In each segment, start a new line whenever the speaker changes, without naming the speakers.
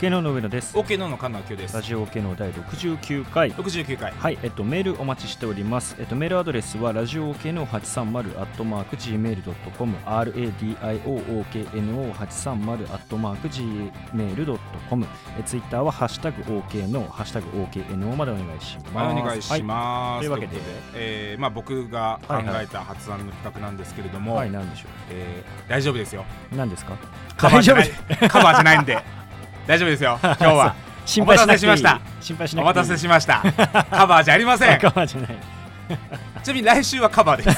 ケノの上野です。
OK のの菅野明夫です
ラ。ジオケノ第69回。
69回。
はい、えっと、メールお待ちしております。えっと、メールアドレスは、ラジオケノ830アットマーク Gmail.com、RADIOOKNO830 アットマーク Gmail.com、えツイッターは、ハッシュタグ OK の、ハッシュタグ OKNO までお願いします。
はい、お願いします。
はいというわけで
ことえーまあ、僕が考えた発案の企画なんですけれども、
はい、なんでしょ
えー大丈夫ですよ。
う。なんですか
カバーじゃない
大丈。
カバーじゃないんで、大丈夫で すよ。今日は
心配しなくていい
お待たせしました。
心配し
お
なくていい。
待たせしま した。カバーじゃありません。
あ我慢じゃない。
ちなみに来週はカバ ーで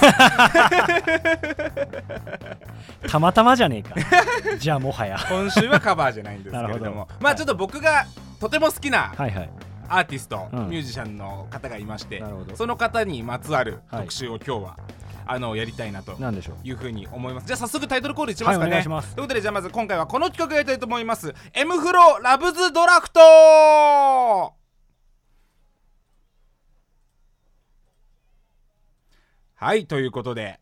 す。
たまたまじゃねえ か。じゃあ、もはや。
今週はカバーじゃないんですけれ
な
ど
るほ
も、まあちょっと僕がとても好きな
はいはい。
アーティスト、
うん
ミュージシャンの方がいまして
なるほど
その方にまつわる
はい
特集を今日は、あのやりたいなと
なんでしょう。
いうふうに思いますじゃあ早速タイトルコールいっちゃいますかね、
はいお願いします
ということでじゃあまず今回はこの企画やりたいと思います「M フローラブズドラフト」はいということで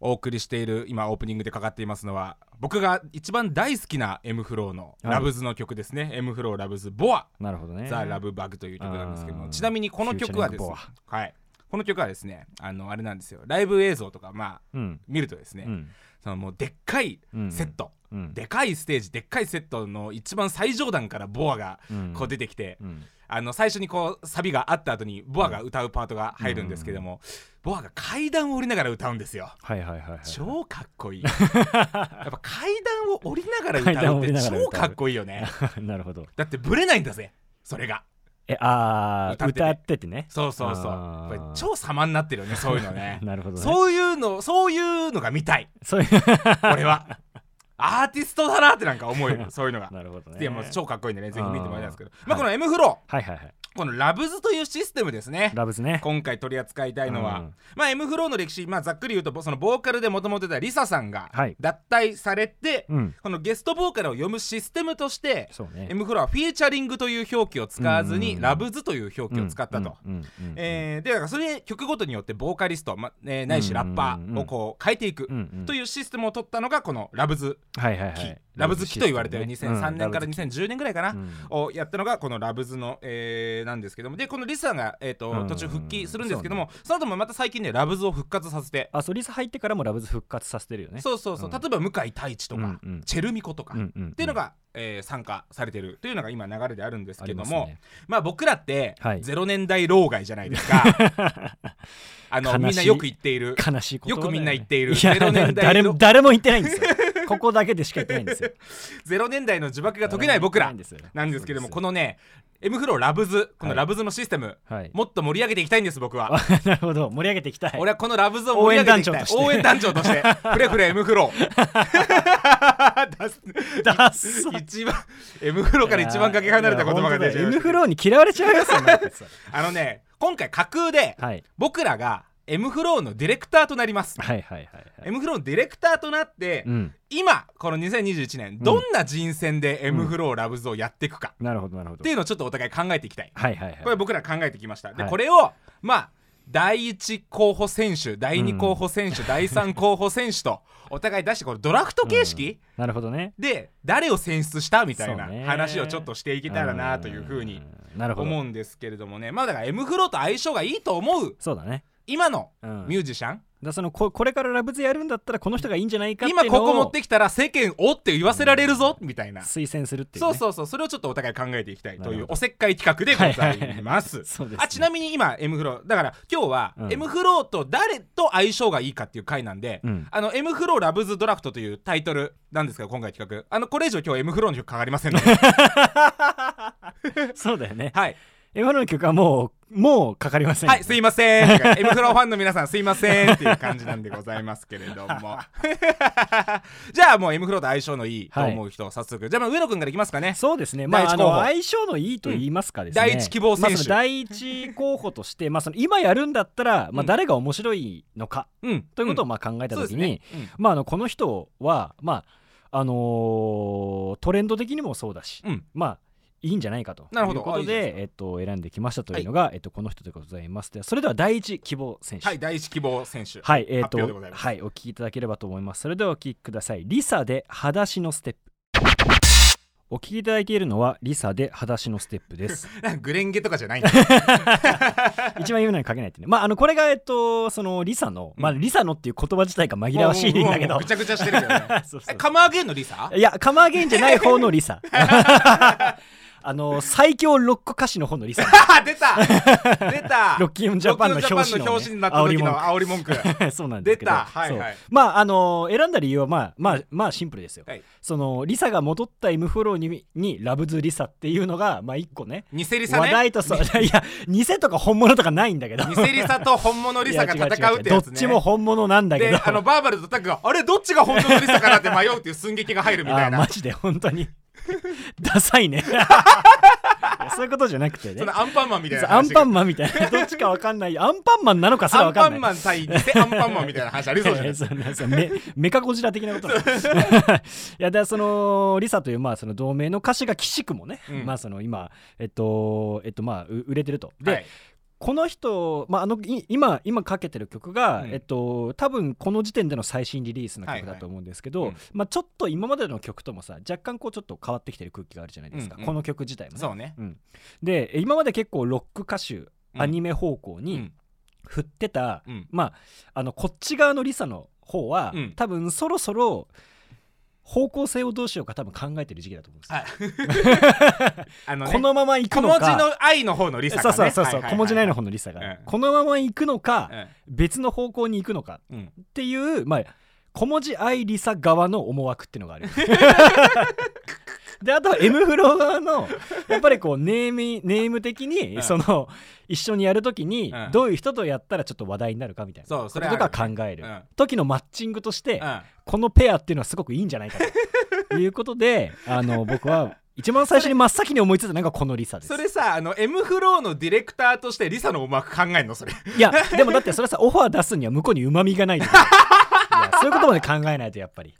お送りしている今オープニングでかかっていますのは僕が一番大好きな M フローのラブズの曲ですね、M フローラブズボア
なるほどね。
ザ・ラブ・バグという曲なんですけど
あ
も
ー
ちなみにこの曲はです
フュー
ね
チャリン
はいこの曲はですねあのあれなんですよライブ映像とかまあ
うん。
見るとですね、
うん。
そのもうでっかい
うん
セット、
うん。
でかいステージでっかいセットの一番最上段からボアが
うん
こう出てきて、
うん、
あの最初にこうサビがあった後にボアが歌うパートが入るんですけども、ボアが階段を降りながら歌うんですよ
はいはいはい、はい。
超かっこいいやっぱ階段を降りながら
階
歌
段を
う
降
っ
り
て
ながら歌う
超かっこいいよね
なるほど。
だってブレないんだぜそれが
え、ああ、
歌ってて
歌っててね。
そうそうそう
あー
やっぱり超様になってるよねそういうのね
なるほどね。う
そういうのそういうのが見たい
そう いう。
俺はアーティストだなってなんか思うよそういうのが
なるほどね。
いやもう超かっこいいんでねぜひ見てもらいたいんですけど
あー
まあこの M フロ
はいはいはい。
ーこのラブズというシステムですね
ラブズね。
今回取り扱いたいのは、
うん
まあ M フローの歴史まあざっくり言うとぼそのボーカルでもともと出たリサさんが
はい
脱退されて、
うん。
このゲストボーカルを読むシステムとして
そうね。
M フローはフィーチャリングという表記を使わず
うんうんう
に
ん
ラブズという表記を使ったと、
うんうんうんうん
えーでだからそれで曲ごとによってボーカリスト、まえーないしラッパーをこう変えていく
うんうん
というシステムを取ったのがこのラブズ
はいはいは
期、
い。
ラブズ期と言われてる
ラブズ
2003年から
シス
2010年ぐらいかな、
テムね
をやったのがこのラブズの、えーなんですけどもでこのリサが、えーと
うん
途中復帰するんですけどもそ,、の後もまた最近ねラブズを復活させて、
うんあ、そう、リス入ってからもラブズ復活させてるよね。
そうそうそう、
うん
例えば向井太一とか、
うんうん
チェルミコとか、
うん
っ
うんん。って
いうのが、えー参加されてるというのが今流れであるんですけど
あ
も
りますね
まあ僕らって
はい
0年代老害じゃないで すか、あの
悲しい
みんなよく言っている
悲しいことだね
よくみんな言っている
や
ゼロ年代の
誰も誰も言ってないんですよ。ここだけでしか言ってないんですよ。
0年代の呪縛が解けない僕ら
誰も言ってないんですよ
なんですけど
そ
も
うです
このね M フローラブズこのラブズのシステム、
はい。
もっと盛り上げていきたいんです僕は
あなるほど盛り上げていきたい。
俺はこのラブズを盛り上げていきたい応
応
援
援
団長としてフレフレ M フロー出す
ダッサ
一番 M フローから一番かけ離れた言葉が出
いや本当
て
だよ M
る
フローに嫌われちゃうよそんなやつ
あのね今回架空で
はい
僕らが M フローのディレクターとなります
はいはいはいはい
M フローのディレクターとなって
うん
今この2021年どんな人選で M フローラブズをやっていくか
なるほどなるほ
っ
ど
ていうのをちょっとお互い考えていきたい
はいはいはい
これ僕ら考えてきましたで
はい
これをまあ第1候補選手第2候補選手、第3候補選 手とお互い出してこれドラフト形式、
なるほどね
で誰を選出したみたいな
そうね
話をちょっとしていけたらなというふうに
うんなるほ
思
ど
うんですけれどもねまあだから M フローと相性がいいと思う
そうだね
今の
うん
ミュージシャン、
だそのここれからラブズやるんだったらこの人がいいんじゃないかっていう
今
のを
ここ持ってきたら世間をって言わせられるぞ、みたいな。
推薦するっていう
そう
ね
そうそうそれをちょっとお互い考えていきたいと
ないる
う
ほど
おせっかい企画でござい ます。
そうですね
あちなみに今 M フローだから今日は
うん
M フローと誰と相性がいいかっていう回なんで、
うん
あの M フローラブズドラフトというタイトルなんですけど今回企画あのこれ以上今日 M フローの曲かかりません ので
そうだよね
はい
今の曲はもうもうかかりません
はいすいません M フローファンの皆さんすいませんっていう感じなんでございますけれども じゃあもう M フローと相性のいいと思う人、早速じゃあまあ上野くんからいきますかね
そうですね、まあ、
第一
あ
候補
の相性のいいと言いますかですね、
うん第一希望選手
まあ、その第一候補として、まあ、その今やるんだったら、ま
う
あ、
ん
誰が面白いのか
うん
ということを
を
まあ考えた
そうで
と
す
きに、
ね、うん
まあ、あのこの人は、まああのートレンド的にもそうだし、
うん
まあいいんじゃないかと
なるほど
いうこ
あ
と
いいじゃないです
でえっと、選んできましたというのが、えっと、この人でございますではそれでは第一希望選手
はい第一希望選手
はいえっ
発
と
表でございます
はい、お聞きいただければと思いますそれではお聞きくださいリサで「裸足のステップ」お聞きいただいているのはリサで裸足のステップです
グレンゲとかじ ゃないんだ
一番有名なのに書けないってねまああのこれがえっとそのリサの、まあリサのっていう言葉自体が紛らわしいんだけ
もうもう
ど
もうぐちゃぐちゃしてるけどね
そうそ
え
う
カマーゲンのリサ
いやカマーゲンじゃない方のリ サあの最強ロック歌手の方のリサ
出た出た
ロッキーオンジャパンの表紙のね
ロッキーオンジャパンになった時の煽り文 句
そうなんですけど
出たはいは
そ
い
うまああの選んだ理由はまあまあまあシンプルですよ、
はい
そのリサが戻ったエムフローににラブズリサっていうのがまあ一個ね
ニセリサ
話
ね
題とそういや偽とか本物とかないんだけど
ニセリサと本物リサが戦うって
いや違違違ど
やつ
っ
ね
ちも本物なんだけ
で
ど
あのバーバルとタッグがあれどっちが本当のリサかなって迷うっていう寸劇が入るみ たい
あマ
な
ジで本当 にダサいねいやそういうことじゃなくてね
そのアンパンマンみたいな
アンパ
ン
ンマンみたいなどっちかわかんないアンパンマンなのかすら
ア
わ
ンパ
かんな
ン
い
マン対ニセアンパンマンみたいな話ありそうじゃない
えー
ですか
そんなそんなメ メカゴジラ的な ことなのいやだからそのリサというまあその同盟の歌手が岸くもね、
うん
まあその今えっとえっとまあう売れてるとで、
はい
この人、まあ、あのい今今かけてる曲が、
うん
えっと、多分この時点での最新リリースの曲だと思うんですけど、
はいはい
まあ、ちょっと今までの曲ともさ若干こうちょっと変わってきてる空気があるじゃないですか、
うんうん
この曲自体も、ね、
そうね
で今まで結構ロック歌手
うん
アニメ方向
う
に
ん
振ってた、
うん
まああのこっち側のリサの方は、
うん
多分そろそろ方向性をどうしようか多分考えてる時期だと思うんですよ、
はいあの ね
このまま行く
小
のか
文字の愛の方のリサ
そ
が
う
ね
そうそう
は
そう
いはいはい
小文字ないの方のリサが、
うん
このまま行くのか、
うん
別の方向に行くのか
うん
っていう、まあ、小文字愛リサ側の思惑っていうのがある。 であとは M フロー側のやっぱりこうネームネーム的
う
に
ん
その一緒にやるときに
うん
どういう人とやったらちょっと話題になるかみたいな
そう
こと
そ
と
れは
か考える
うん
時のマッチングとして
うん
このペアっていうのはすごくいいんじゃないかと いうことであの僕は一番最初に真っ先に思いついたのがこのリサです
そ。れさあの M フローのディレクターとしてリサの思惑考えんのそれ
いやでもだってそれはさオファー出すには向こうにうまみがないとい やそういうことまで考えないとやっぱり。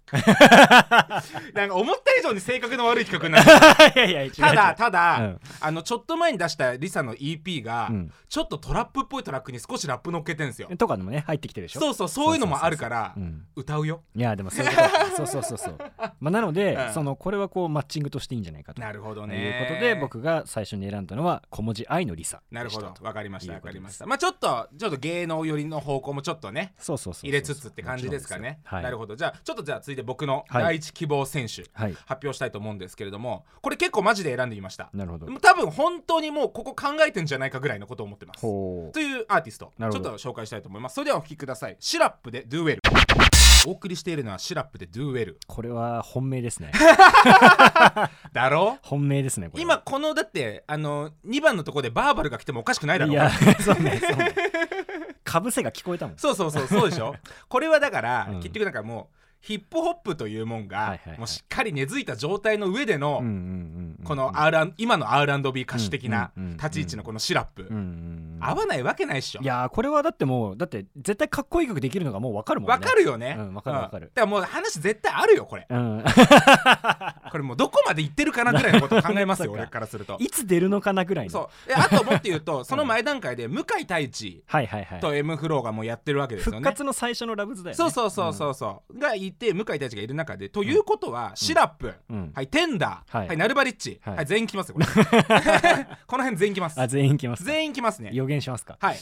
なんか思った以上に性格の悪い企画になる
いやいや違う違う
ただただ、
うん
あのちょっと前に出したリサの EP が、
うん
ちょっとトラップっぽいトラックに少しラップ乗っけてんすよ
とかのもね入ってきてるでしょ
そうそうそういうのもあるから
うん
歌うよ
いやでもそういうことそうそうそうそう、まあ、なので、
うん
そのこれはこうマッチングとしていいんじゃないかと
なるほど
とい
ね
うことで僕が最初に選んだのは小文字愛のリサ
なるほ
で
ど
したと
わかりましたわかりまし
と
たまあちょっとちょっと芸能寄りの方向もちょっとね
そうそうそうそう
入れつつって感じですかね
はい、
なる
ほ
ほどじゃあちょっとじゃあ続いて僕の
はい
第一希望選手、
どはい
発表したいと思うんですけれどもこれ結構マジで選んでみました
なるほど
多分本当にもうここ考えてんじゃないかぐらいのことを思ってます
ほ
というアーティストち
な
ょ
る
っ
ほど
と紹介したいと思いますそれではお聴きくださいシラップでドゥウェルお送りしているのはシラップでドゥウェル
うこれは本命 ですね
だろ
本命ですねこれ
今このだってあの2番のとこでバーバルが来てもおかしくないだろ
いや そうねそう ねかぶせが聞こえたもん
そうそうそうそう でしょこれはだから、
うん
結局なんかもうヒップホップというもんが、
はいはいはい
もうしっかり根付いた状態の上での、
うんうんうんうん
この R 今の R&B 歌手的な
うんうんうんうん
立ち位置のこのシラップ、
うんうんうん
合わないわけないっしょ
いやーこれはだってもうだって絶対かっこいい曲できるのがもうわかるもんね
わかるよね
うんわかるわかる
うんだからもう話絶対あるよこれ
うん、
これもうどこまで行ってるかなぐらいのことを考 えますよ
そうか
俺からすると
いつ出るのかなぐらいの
そうであともっと言うとその前段階で向井太一
はいはいはい
と M フローがもうやってるわけですよ
復
ね
活の最初のラブズだよね
そうそうそうそうそう、がいて向井太一がいる中でということは、シラップ、
うん、うん
はい、テンダー、
は
はいい、ナルバリッチ、
は
はいい、全員 来ますよ、これこの辺全員来ます
あ。全員来ます
全員来ますね。
予言しますか
はい。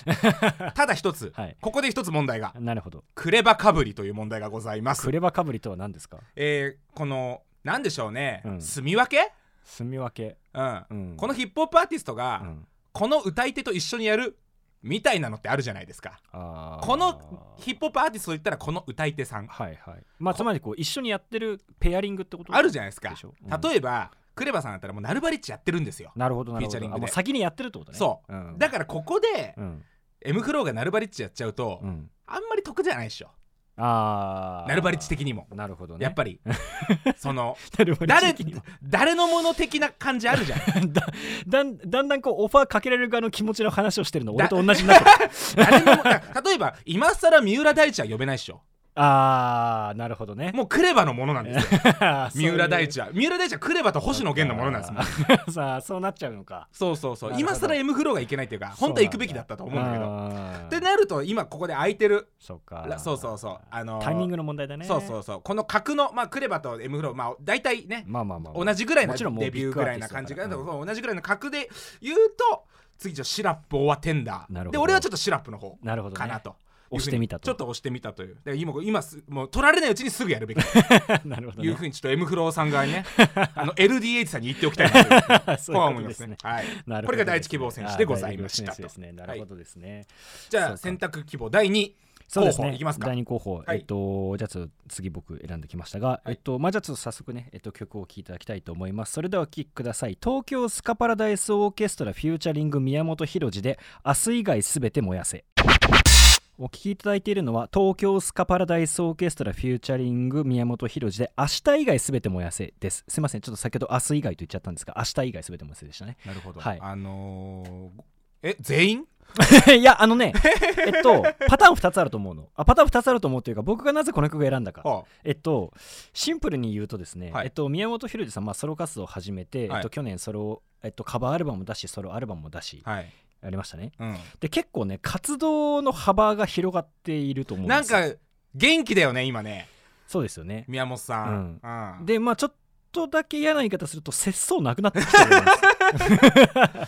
ただ一つ、
はい
ここで一つ問題が、
なるほど
クレバかぶりという問題がございます
ク。レバかぶりとは何ですか
えー、この、なんでしょうね、
うん
住み分け、
住み分け、
うん、
うん、
このヒップホップアーティストが、
うん
この歌い手と一緒にやるみたいなのってあるじゃないですか。
あー
このヒップホップアーティストといったら、この歌い手さん、
はいはいまあつまりこう一緒にやってるペアリングってこと
あるじゃないですか
でしょうん。
例えば、クレバさんだったら、もうナルバリッチやってるんですよ。
なるほどなる
フ
ほ
ィーチャリン
どあ
グで
もう先にやってるってことね
そ
うん
だから、ここで、
うん、
M フローがナルバリッチやっちゃうと、
うん、
あんまり得じゃないでしょ
ああ
ナルバリッチ的にも、
なるほどね
やっ ぱりその
なるほど
誰
地域にも
誰のもの的な感じあるじゃん
だだんだんだんこうオファーかけられる側の気持ちの話をしてるの俺
だ
と同じになってる
誰のも例えば今更三浦大知は呼べないでしょ
あーなるほどね
もうクレバのものな んですよ三浦大
地
知は三浦大知はクレバと星野源のものなんですもん
す さあそうなっちゃうのか
そうそうそう
なるほど
今更 M フローがいけないっていうか本当は行くべきだったと思うんだけどっ
ど
てなると今ここで空いてる
そうから
そうそうそうあのー
タイミングの問題だね
そうそうそうこの角のまあクレバと M フローまあ大体ね
まあまあまあまあ
同じぐらいの
もちろんもう
デビューぐらいな感じが、
ビッグアーティストだ
同じぐらいの格で言うと次じゃあシラップオアテンダ
なるほど
ーで俺はちょっとシラップの方
なるほどね
かなと。
押してみたと
いうふうにちょっと押してみたというで今今すもう取られないうちにすぐやるべきと
なるほど
いう
ね
ふうにちょっと M フローさん側にね あの LDH さんに言っておきたいなという
そ
こ
う
う
いう
は
こ
思
と
いま
ですす
ね
ね
はい
なるほど
こ
ですね
れが第一希望選手でございまし
あ
た
ー第一希望選手
と
ですねなるほどですね
じ
そう
ゃあ
か
選択希望第2
そう
候
です
補
ね
いきますか
第二候補
はい
えっとじゃあちょっと次僕選んできましたが
い
えっとまあじゃあちょっと早速ねえっと曲を聴いていただきたいと思いますそれではお聴きください東京スカパラダイスオーケストラフューチャリング宮本浩次で明日以外すべて燃やせお聴きいただいているのは東京スカパラダイスオーケストラフューチャリング宮本浩次で明日以外すべて燃やせですすいませんちょっと先ほど明日以外と言っちゃったんですが明日以外すべて燃やせでしたね
なるほど
はい
あのーえ全員
いやあのねえっとパターン2つあると思うのあパターン2つあると思うというか僕がなぜこの曲を選んだか
は
えっと、シンプルに言うとですね、
はい
えっと、宮本浩次さん、まあ、ソロ活動を始めて、
はい
えっと、去年ソロ、えっと、カバーアルバムも出しソロアルバムも出し、
あはい
やりましたね
うん
で結構ね活動の幅が広がっていると思うん
な
で
ん
すよ
か元気だよね今ね
そうですよね
宮本さん、うん
でまあちょっとだけ嫌な言い方すると節操なくなってきてるん です よ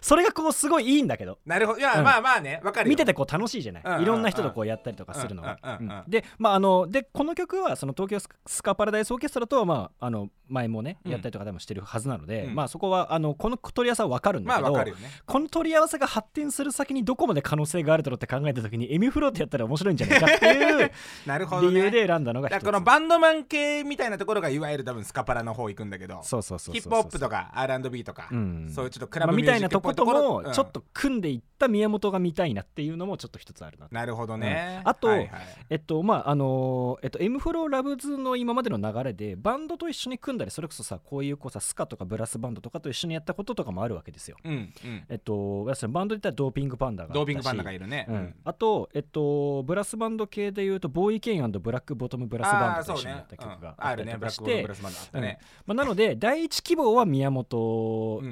それがこうすごいいいんだけど
なるほどいや、
うん
まあまあねわかるよ
見ててこう楽しいじゃない、
うんうん
いろんな人とこうやったりとかするのが、
うんうんうんうん
うんでまああのでこの曲はその東京ススカパラダイスオーケストラとはまああの前もね
うん
やったりとかでもしてるはずなので、
うん
まあそこはあのこの取り合わせは分かるんだ
まあ
けど、
わかるよね
この取り合わせが発展する先にどこまで可能性があるだろうって考えた時にエミフローってやったら面白いんじゃないかっていう
なるほど
理由
ね
で選んだのが
だ
一
か
つ
らこのバンドマン系みたいなところがいわゆる多分スカパラの方行くんだけど
そうそうそうそう
ヒップホップとか R&B とか、
うん
そういうちょっとクラ
まあ
ブミ
み
ュー
た
ジ
い
ッ
な
クっ
と
ぽ
こ
いと
と
ころ
もちょっ、と組んでいった宮本が見たいなっていうのもちょっと一つあるな
うんなるほどね、
うんあと
はいはい
えっとまああのえっと M フローラブズの今までの流れでバンドと一緒に組んだりそれこそさこういうこうさスカとかブラスバンドとかと一緒にやったこととかもあるわけですよ。
うんうん、
えっと要するにバンドで言ったらドーピングパンダがあったし
ドーピングパンダがいるね、
うんあと、えっと、ブラスバンド系でいうとボーイ・ケインブラック・ボトム・ブラスバ
あ
ン
あ
ドと一
そう
緒にや
ね
っ、た曲が
うんあ
あった
る
り
ね
と
ブ
か
ラッ
し
クゴール
て、
ドブラスバンドあったね、
まあ、なので第一希望は宮本、
うん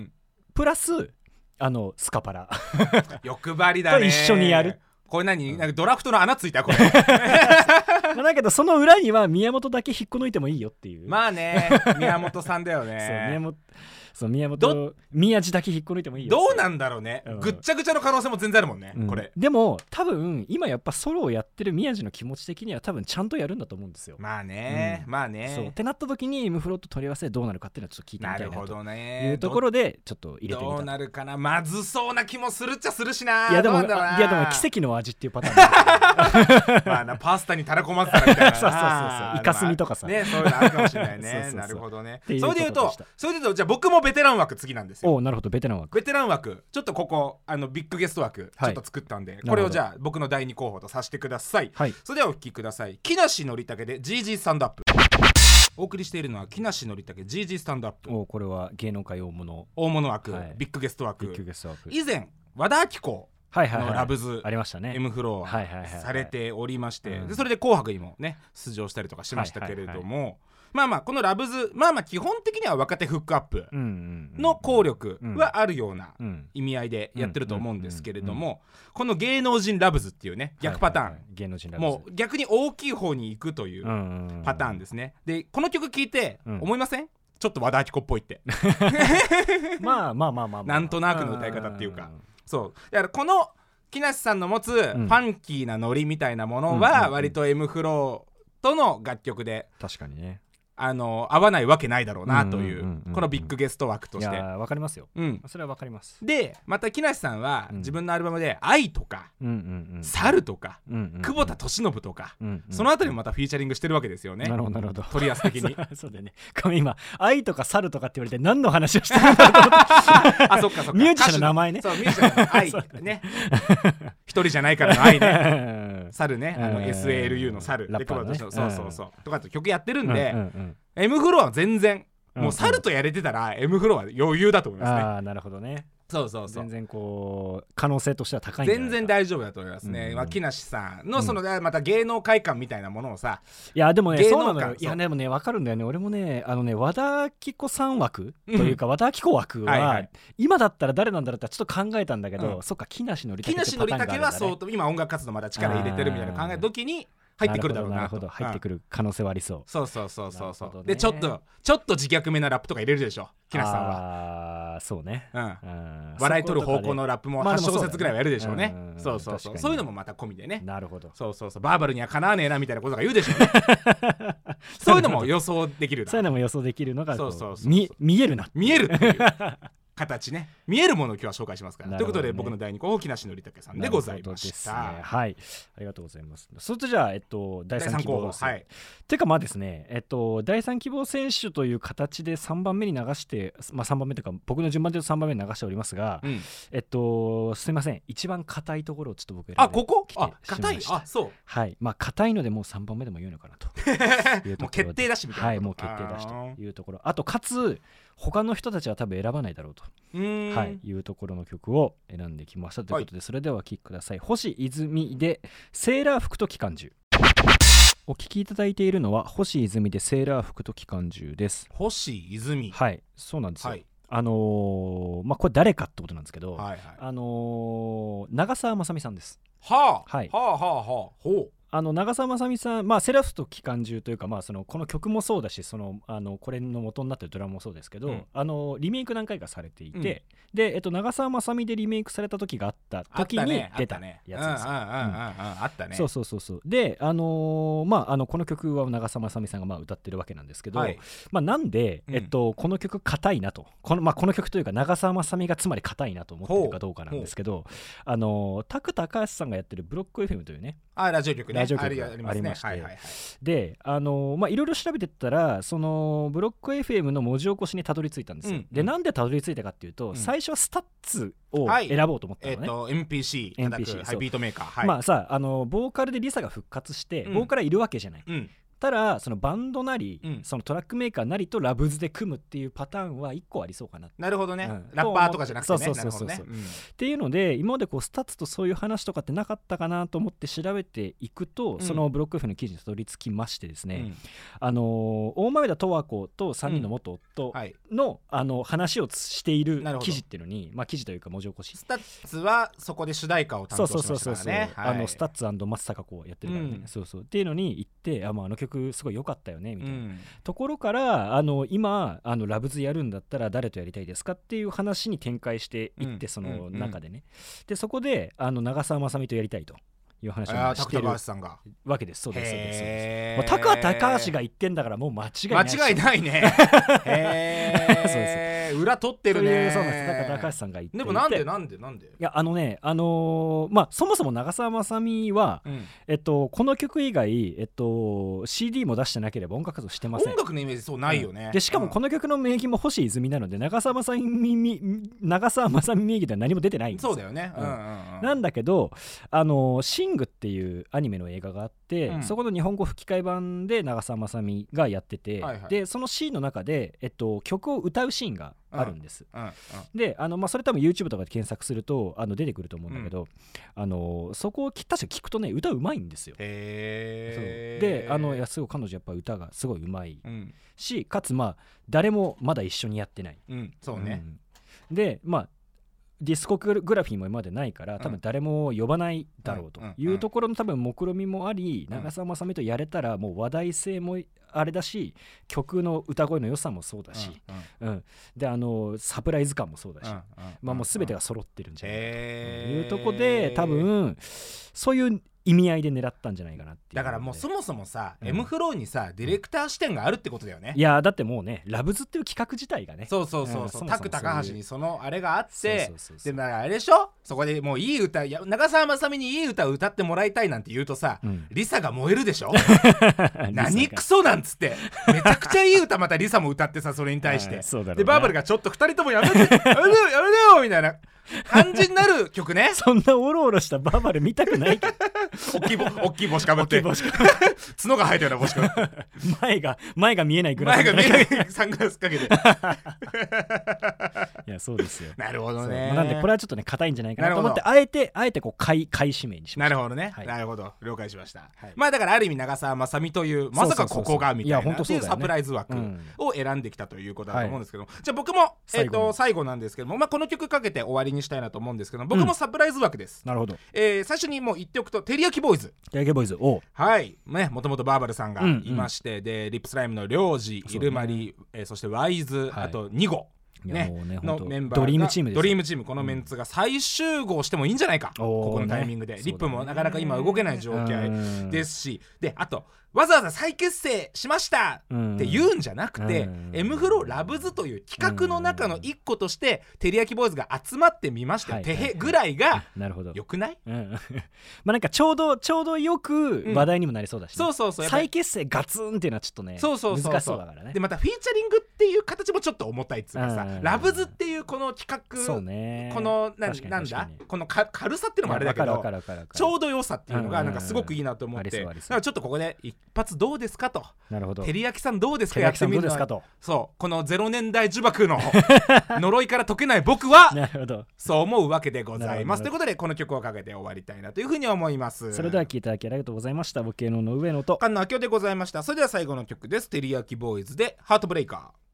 プラスあのスカパラ
欲張りだね
と一緒にやる
これ何、
うん
なんかドラフトの穴ついた これ
まあだけどその裏には宮本だけ引っこ抜いてもいいよっていう。
まあね宮本さんだよ
そう宮
ね
本そう宮本
ど
宮地だけ引っこ抜いてもいいよ
どう
の、
なんだろうね、
うん
ぐっちゃぐちゃの可能性も全然あるもんね、
うん
これ
でも多分今やっぱソロをやってる宮地の気持ち的には多分ちゃんとやるんだと思うんですよ、
まあね、
う
まあ
そうっ
ね
てなった時に M フローと取り合わせでどうなるかっていうのはちょっと聞いてみ
な
た
る
いな
ほ
と
どね
いうところでちょっと入れてみ
どう
た
なるかなまずそうな気もするっちゃするしないい
やでも
どうなんだろう
あ
ない
やでも奇跡の味っていうパターン
まあなパスタにたらこまってたらみたいな
そうそうそうそうイカスミとかさ
ねそういうのあるかもしれない
そ
ね
うそうそう
なるほどね
ていう
それで言う
こと
と
でした
それで言うとじゃあ僕もベテラン枠次なん ですよ
おうなるほどベテラン枠
ベテラン枠ちょっとここあのビッグゲスト枠ち
は
ょ
い
っと作ったんで、
ど
これをじゃあ僕の第二候補とさせてください
はい
それではお聞きください木梨憲武で GG スタンドアップお送りしているのは木梨憲武 GG スタンドアップ
おうこれは芸能界大物
大物枠、
はい
ビッグゲスト枠
一級ゲスト枠
以前和田アキ子
はいはい
の
はい
ラブズ
ありましたね
M フロ
はいはいは
ア
いはい
されておりまして、
うん
でそれで「紅白」にもね出場したりとかしましたけれども、
はい
まあまあこのラブズまあまあ基本的には若手フックアップ
うんうんうん
の効力はあるような
うん
意味合いでやってると思うんですけれどもこの芸能人ラブズっていうね逆パターン、
はいはいはい芸能人ラブズ
もう逆に大きい方に行くといううん
うんうん
パターンですね、でこの曲聴いて
うん
思いません、ちょっと和田アキ子っぽ いって
まあまあまあまあまあ
なんとなくの歌い方っていうかそうだからこの木梨さんの持つフ
ん
ァンキーなノリみたいなもの
うんうんう
は
ん
割と M フローとの楽曲で
確かにね
あの合わないわけないだろうなとい
うんうんうん
う
うん
このビッグゲスト枠と
い
し
や
て
ー。わかりますよ
うん、
それはわかります
でまた木梨さんは
うん
自分のアルバムで「愛」とか
うんうんう
「
ん
猿」とか
うんうんうん
「久保田利伸」とか
うんうん
そのあたりもまたフィーチャリングしてるわけですよね
なるほどなるほど
取りやす的に
そうだよねごめん今愛とか猿とかって言われて何の話をしてるんだろうと思って
あそっかそっか
ミュージシャンの名前ね
歌手のそうミュージシャンの愛 ね一人じゃないからの愛ね 猿ね、あの
うん
SALU の猿、
ラッパーのね
で熊田敏夫そうそうそう、とかって曲やってる
うんん
で、
うんうん、
M フロアは全然
うん
もう猿とやれてたら M フロアは余裕だと思いますね、
ああなるほどね
そうそうそう
全然こう可能性としては高いんじゃない
全
か
然大丈夫だと思いますね、
うん
脇梨さんのその、また芸能会館みたいなものをさ、
いやでもね
芸
そ
能
う
界
なのよ
そう
いやでもね分かるんだよね俺もねあのね和田アキ子さん枠というか和田アキ子枠は
はいはい
今だったら誰なんだろうってちょっと考えたんだけど、
うん
そっか木梨憲武
木梨憲武は相当今音楽活動まだ力入れてるみたいな考えた時に入ってくるだろうな
なる
と
ほど入って
る、
くる可能性はありそう
うんそうそうそうそうそ
なるほど
う、
ね
でちょっとちょっと自虐めなラップとか入れるでしょ木梨さんは、
あーそうね、
うん、
うん
笑い取る方向のラップも
まあ
8
でもそうだね
小節ぐらいはやるでしょうね
うん
そうそうそ
確
う
かに
そういうのもまた込みでね
なるほど
そうそうそうバーバルにはかなわねえなみたいなことが言うでしょ うねそういうのも予想できるな
そういうのも予想できるのがこ
そうそうそうそう
見見えるな
見えるっていう形 ね見えるものを今日は紹介しますから、
な
とい
るほ
うこ
ど
と
ね
で僕の第2項木梨憲武さんでございまし
なるほど
た
ですね、はいありがとうございますそれとじゃあえっと第
第
3
3
希望
候補
選
は
手
い
てかまあですね、えっと、第3希望選手という形で3番目に流して、まあ、3番目というか僕の順番で言うと3番目に流しておりますが、
うん
えっとすいません一番硬いところをちょっと僕選んで
あここ
来て
あ硬い
しまいました
あそう
はいまあ硬いのでもう3番目でも言うのかなというところで
もう決定だしみたいな
はいもう決定だしというところあとかつ他の人たちは多分選ばないだろうと、
うーん
はい、いうところの曲を選んできましたということで、それではお聴きください星泉で「セーラー服と機関銃」お聴きいただいているのは星泉で「セーラー服と機関銃」です
星泉
はいそうなんですよ、
はい
あのーまあこれ誰かってことなんですけど、
はいはい
あのー長澤まさみさんです
はあは
はい
あはあはあほう
あの長澤まさみさん、まあ、セラフと機関銃というか、まあ、そのこの曲もそうだしそのあのこれの元になってるドラマもそうですけど、
うん
あのリメイク何回かされていて、で、えっと、長澤まさみでリメイクされた時があった
あっ
時
た
に
ね
出た
ねうんうんうんう
や
んうん
つです。
あったね
そうそうそうそうで、あのーまあ、あのこの曲は長澤まさみさんがまあ歌ってるわけなんですけど、
はい
まあ、なんで、
うん
えっと、この曲硬いなとこの,、まあ、この曲というか長澤まさみがつまり硬いなと思ってるかどうかなんですけどあのータク高橋さんがやってるブロック FM というね
あラジオ局ね
ラジオ局
ありあります
あり
ね
まして
はいはいはい
であのーまあいろいろ調べてったらそのブロック FM の文字起こしにたどり着いたんですよ、
うん
でなんでたどり着いたかっていうと、
ん
最初はスタッツを
はい
選ぼうと思った
え
の
っ
ね、
と MPC 叩
NPC
くは
そ
いうビートメーカーはい
まあさあのボーカルでリサが復活して、
うん
ボーカルはいるわけじゃない
うん
ただそのバンドなり、
うん
そのトラックメーカーなりとラブズで組むっていうパターンは1個ありそうかなっ
なるほどね
うん
ラッパーとかじゃなくてね
そうそうそうそう
なるほどねん
ていうので今までこうスタッツとそういう話とかってなかったかなと思って調べていくと、
ん
そのブロック F の記事にたどり着きましてですね、
うん
あのー大前田十和子と3人の元夫
はい
の,、あの話をしている
なるほど
記事っていうのに、まあ、記事というか文字起こし
スタッツはそこで主題歌を担
そ
当
うそう
して
そ
ま
う
し
そうそ
たか
う、
らね。
あ
は
の
い
スタッツ松坂子をやってるからね、
うん
そうそうっていうのに行ってあ,、まあ、あの曲すごい良かったよねみ
う
たいな、
ん
ところからあの今あのラブズやるんだったら誰とやりたいですかっていう話に展開していって、
うん
そうの
んうん
中でね、でそこであの長澤まさみとやりたいという話
あ
を
あ
し
高
てる
高橋さんが。
わけですそうですそうですそうです
へ
もう
ー
タカ高橋が言ってんだからもう間違いないっしょ
間違いない ね。へー裏取って
そ
る
ういう
ね。
そうなんですだから高橋さんが言っていて
でもなんでなんでなんで。
いやあのねあのーまあそもそも長澤まさみは、
うん
えっと、この曲以外、えっと、CD も出してなければ音楽活動してません
音楽のイメージそうないよね。
でしかもこ
の
の曲の名義も星泉なので長澤まさみみ長澤まさみ名義では何も出てないんですよ
そうだよね。
うん
うんうんうん
なんだけど「あのシング」っていうアニメの映画があって、
うん
そこの日本語吹き替え版で長澤まさみがやってて、
はいはい
でそのシーンの中で、えっと、曲を歌うシーンがあるんです。
うんうん
であの、まあ、それ多分 YouTube とかで検索するとあの出てくると思うんだけど、あのそこを確か聞くとね歌うまいんですよ。そう
へー
であのいやすごい彼女やっぱ歌がすごいうまい
うん
しかつまあ誰もまだ一緒にやってない。
うんそうね。
うんでまあディスコグラフィーも今までないから多
う
分
ん
誰も呼ばないだろうと
うんうん
い
うん
うところの多分目論みもあり
うん
長澤まさみとやれたらもう話題性もあれだし曲の歌声の良さもそうだし、
うんうん
うん、であのサプライズ感もそうだし、
うんん
まあもう全てが揃ってるんじゃないかと
へー
いうとこで多分そういう意味合いで狙ったんじゃないかなっていう
だからもうそもそもさ、
うん
M フローにさディレクター視点があるってことだよね
い。やだってもうねラブズっていう企画自体がね
そうそうそううん
そもそ
そう、
も
タク
そ
高
う
橋
いう
にそのあれがあっ
そう
て
そうそうそ
で
う
もだからあれでしょそこでもういい歌いや長澤まさみにいい歌歌ってもらいたいなんて言うとさ、
うん
リサが燃えるでしょ
リ
何
サ
クソなんつってめちゃくちゃいい歌またリサも歌ってさそれに対し
う
て
んそうだろうな
でバーバルがちょっと二人ともや めてやめてよやめてよみたいな感じになる曲ね
そんなおろおろしたバーバル見たくないけど
大きいぼ大きい帽子かぶって
大きい帽
角が生えたような帽子かぶって
前が前が見えないグラス
前が見
い
えないサングラス かけて
やそうですよ
なるほ
そ
ど
うま
ね
あなんでこれはちょっとね硬いんじゃないかなと思って
な
あえてあえてこう買い買い指名にしま
な
した
るほどね、
はい
なるほど了解しました、
はい
まあだからある意味長澤まさみというまさかここ
そうそ
が
うそうそう
みた
い
い
や
な
本当
って
そ
いうう
だよね
サプライズ枠
うん
を選んできたということだと思うんですけども、じゃあ僕も、え
最
っ
後の
と最後なんですけども、まあ、この曲かけて終わりにしたいなと思うんですけども僕もサプライズ枠です、
なるほど
えー最初にもう言っておくと照り焼きボーイズ
ヤゲボーイズおう
はいねもともとバーバルさんが
うんうん
いまして、でリップスライムのりょうじ
そうね
イルマリ、えーそしてワイズ、
はい
あとニゴ
いや
ね
もうね
の
本当
メンバーが
ドリームチームですよ
ドリームチームこのメンツが再集合してもいいんじゃないか、
おー
ここのタイミングで、
ね
リップもなかなか今動けない状況
うん
ですし、であとわざわざ再結成しました
うん
って言うんじゃなくて、
うん
M フローラブズという企画の中の一個として、てりやきボーイズが集まってみました
はい
よてへぐらいが
なるほど
よくない
うん まあなんかちょうどちょうどよく話題にもなりそうだしね、
そうそうそうやっぱり
再結成ガツンっていうのはちょっとね
そうそうそうそう
難しそうだからね
でまたフィーチャリングっていう形もちょっと重たいっつうかさ、
うん
ラブズっていうこの企
そう
画、
ね
このな
確かに
なん
確
だ
かに
このか軽さっていうのもあれだけ
いやわ
ど
かるわかるわかる
ちょうど良さっていうの
う
が
ん
なんかすごくいいなと思っ
あり
て、
そうあ
だ
りそう
からちょっとここで一発どうですかと
なるほど
照り焼きさんどうですか
照り
やっ
焼き
て
さん
み
どうで
るの
すか
は
と
そうこの0年代呪縛 の呪いから解けない僕は
なるほど
そう思うわけでございます
なる
ということでこの曲をかけて終わりたいなというふうに思います
それでは聴いていただきありがとうございました僕芸能の上野と
菅野明夫でございましたそれでは最後の曲です「てりやきボーイズ」で「ハートブレイカー」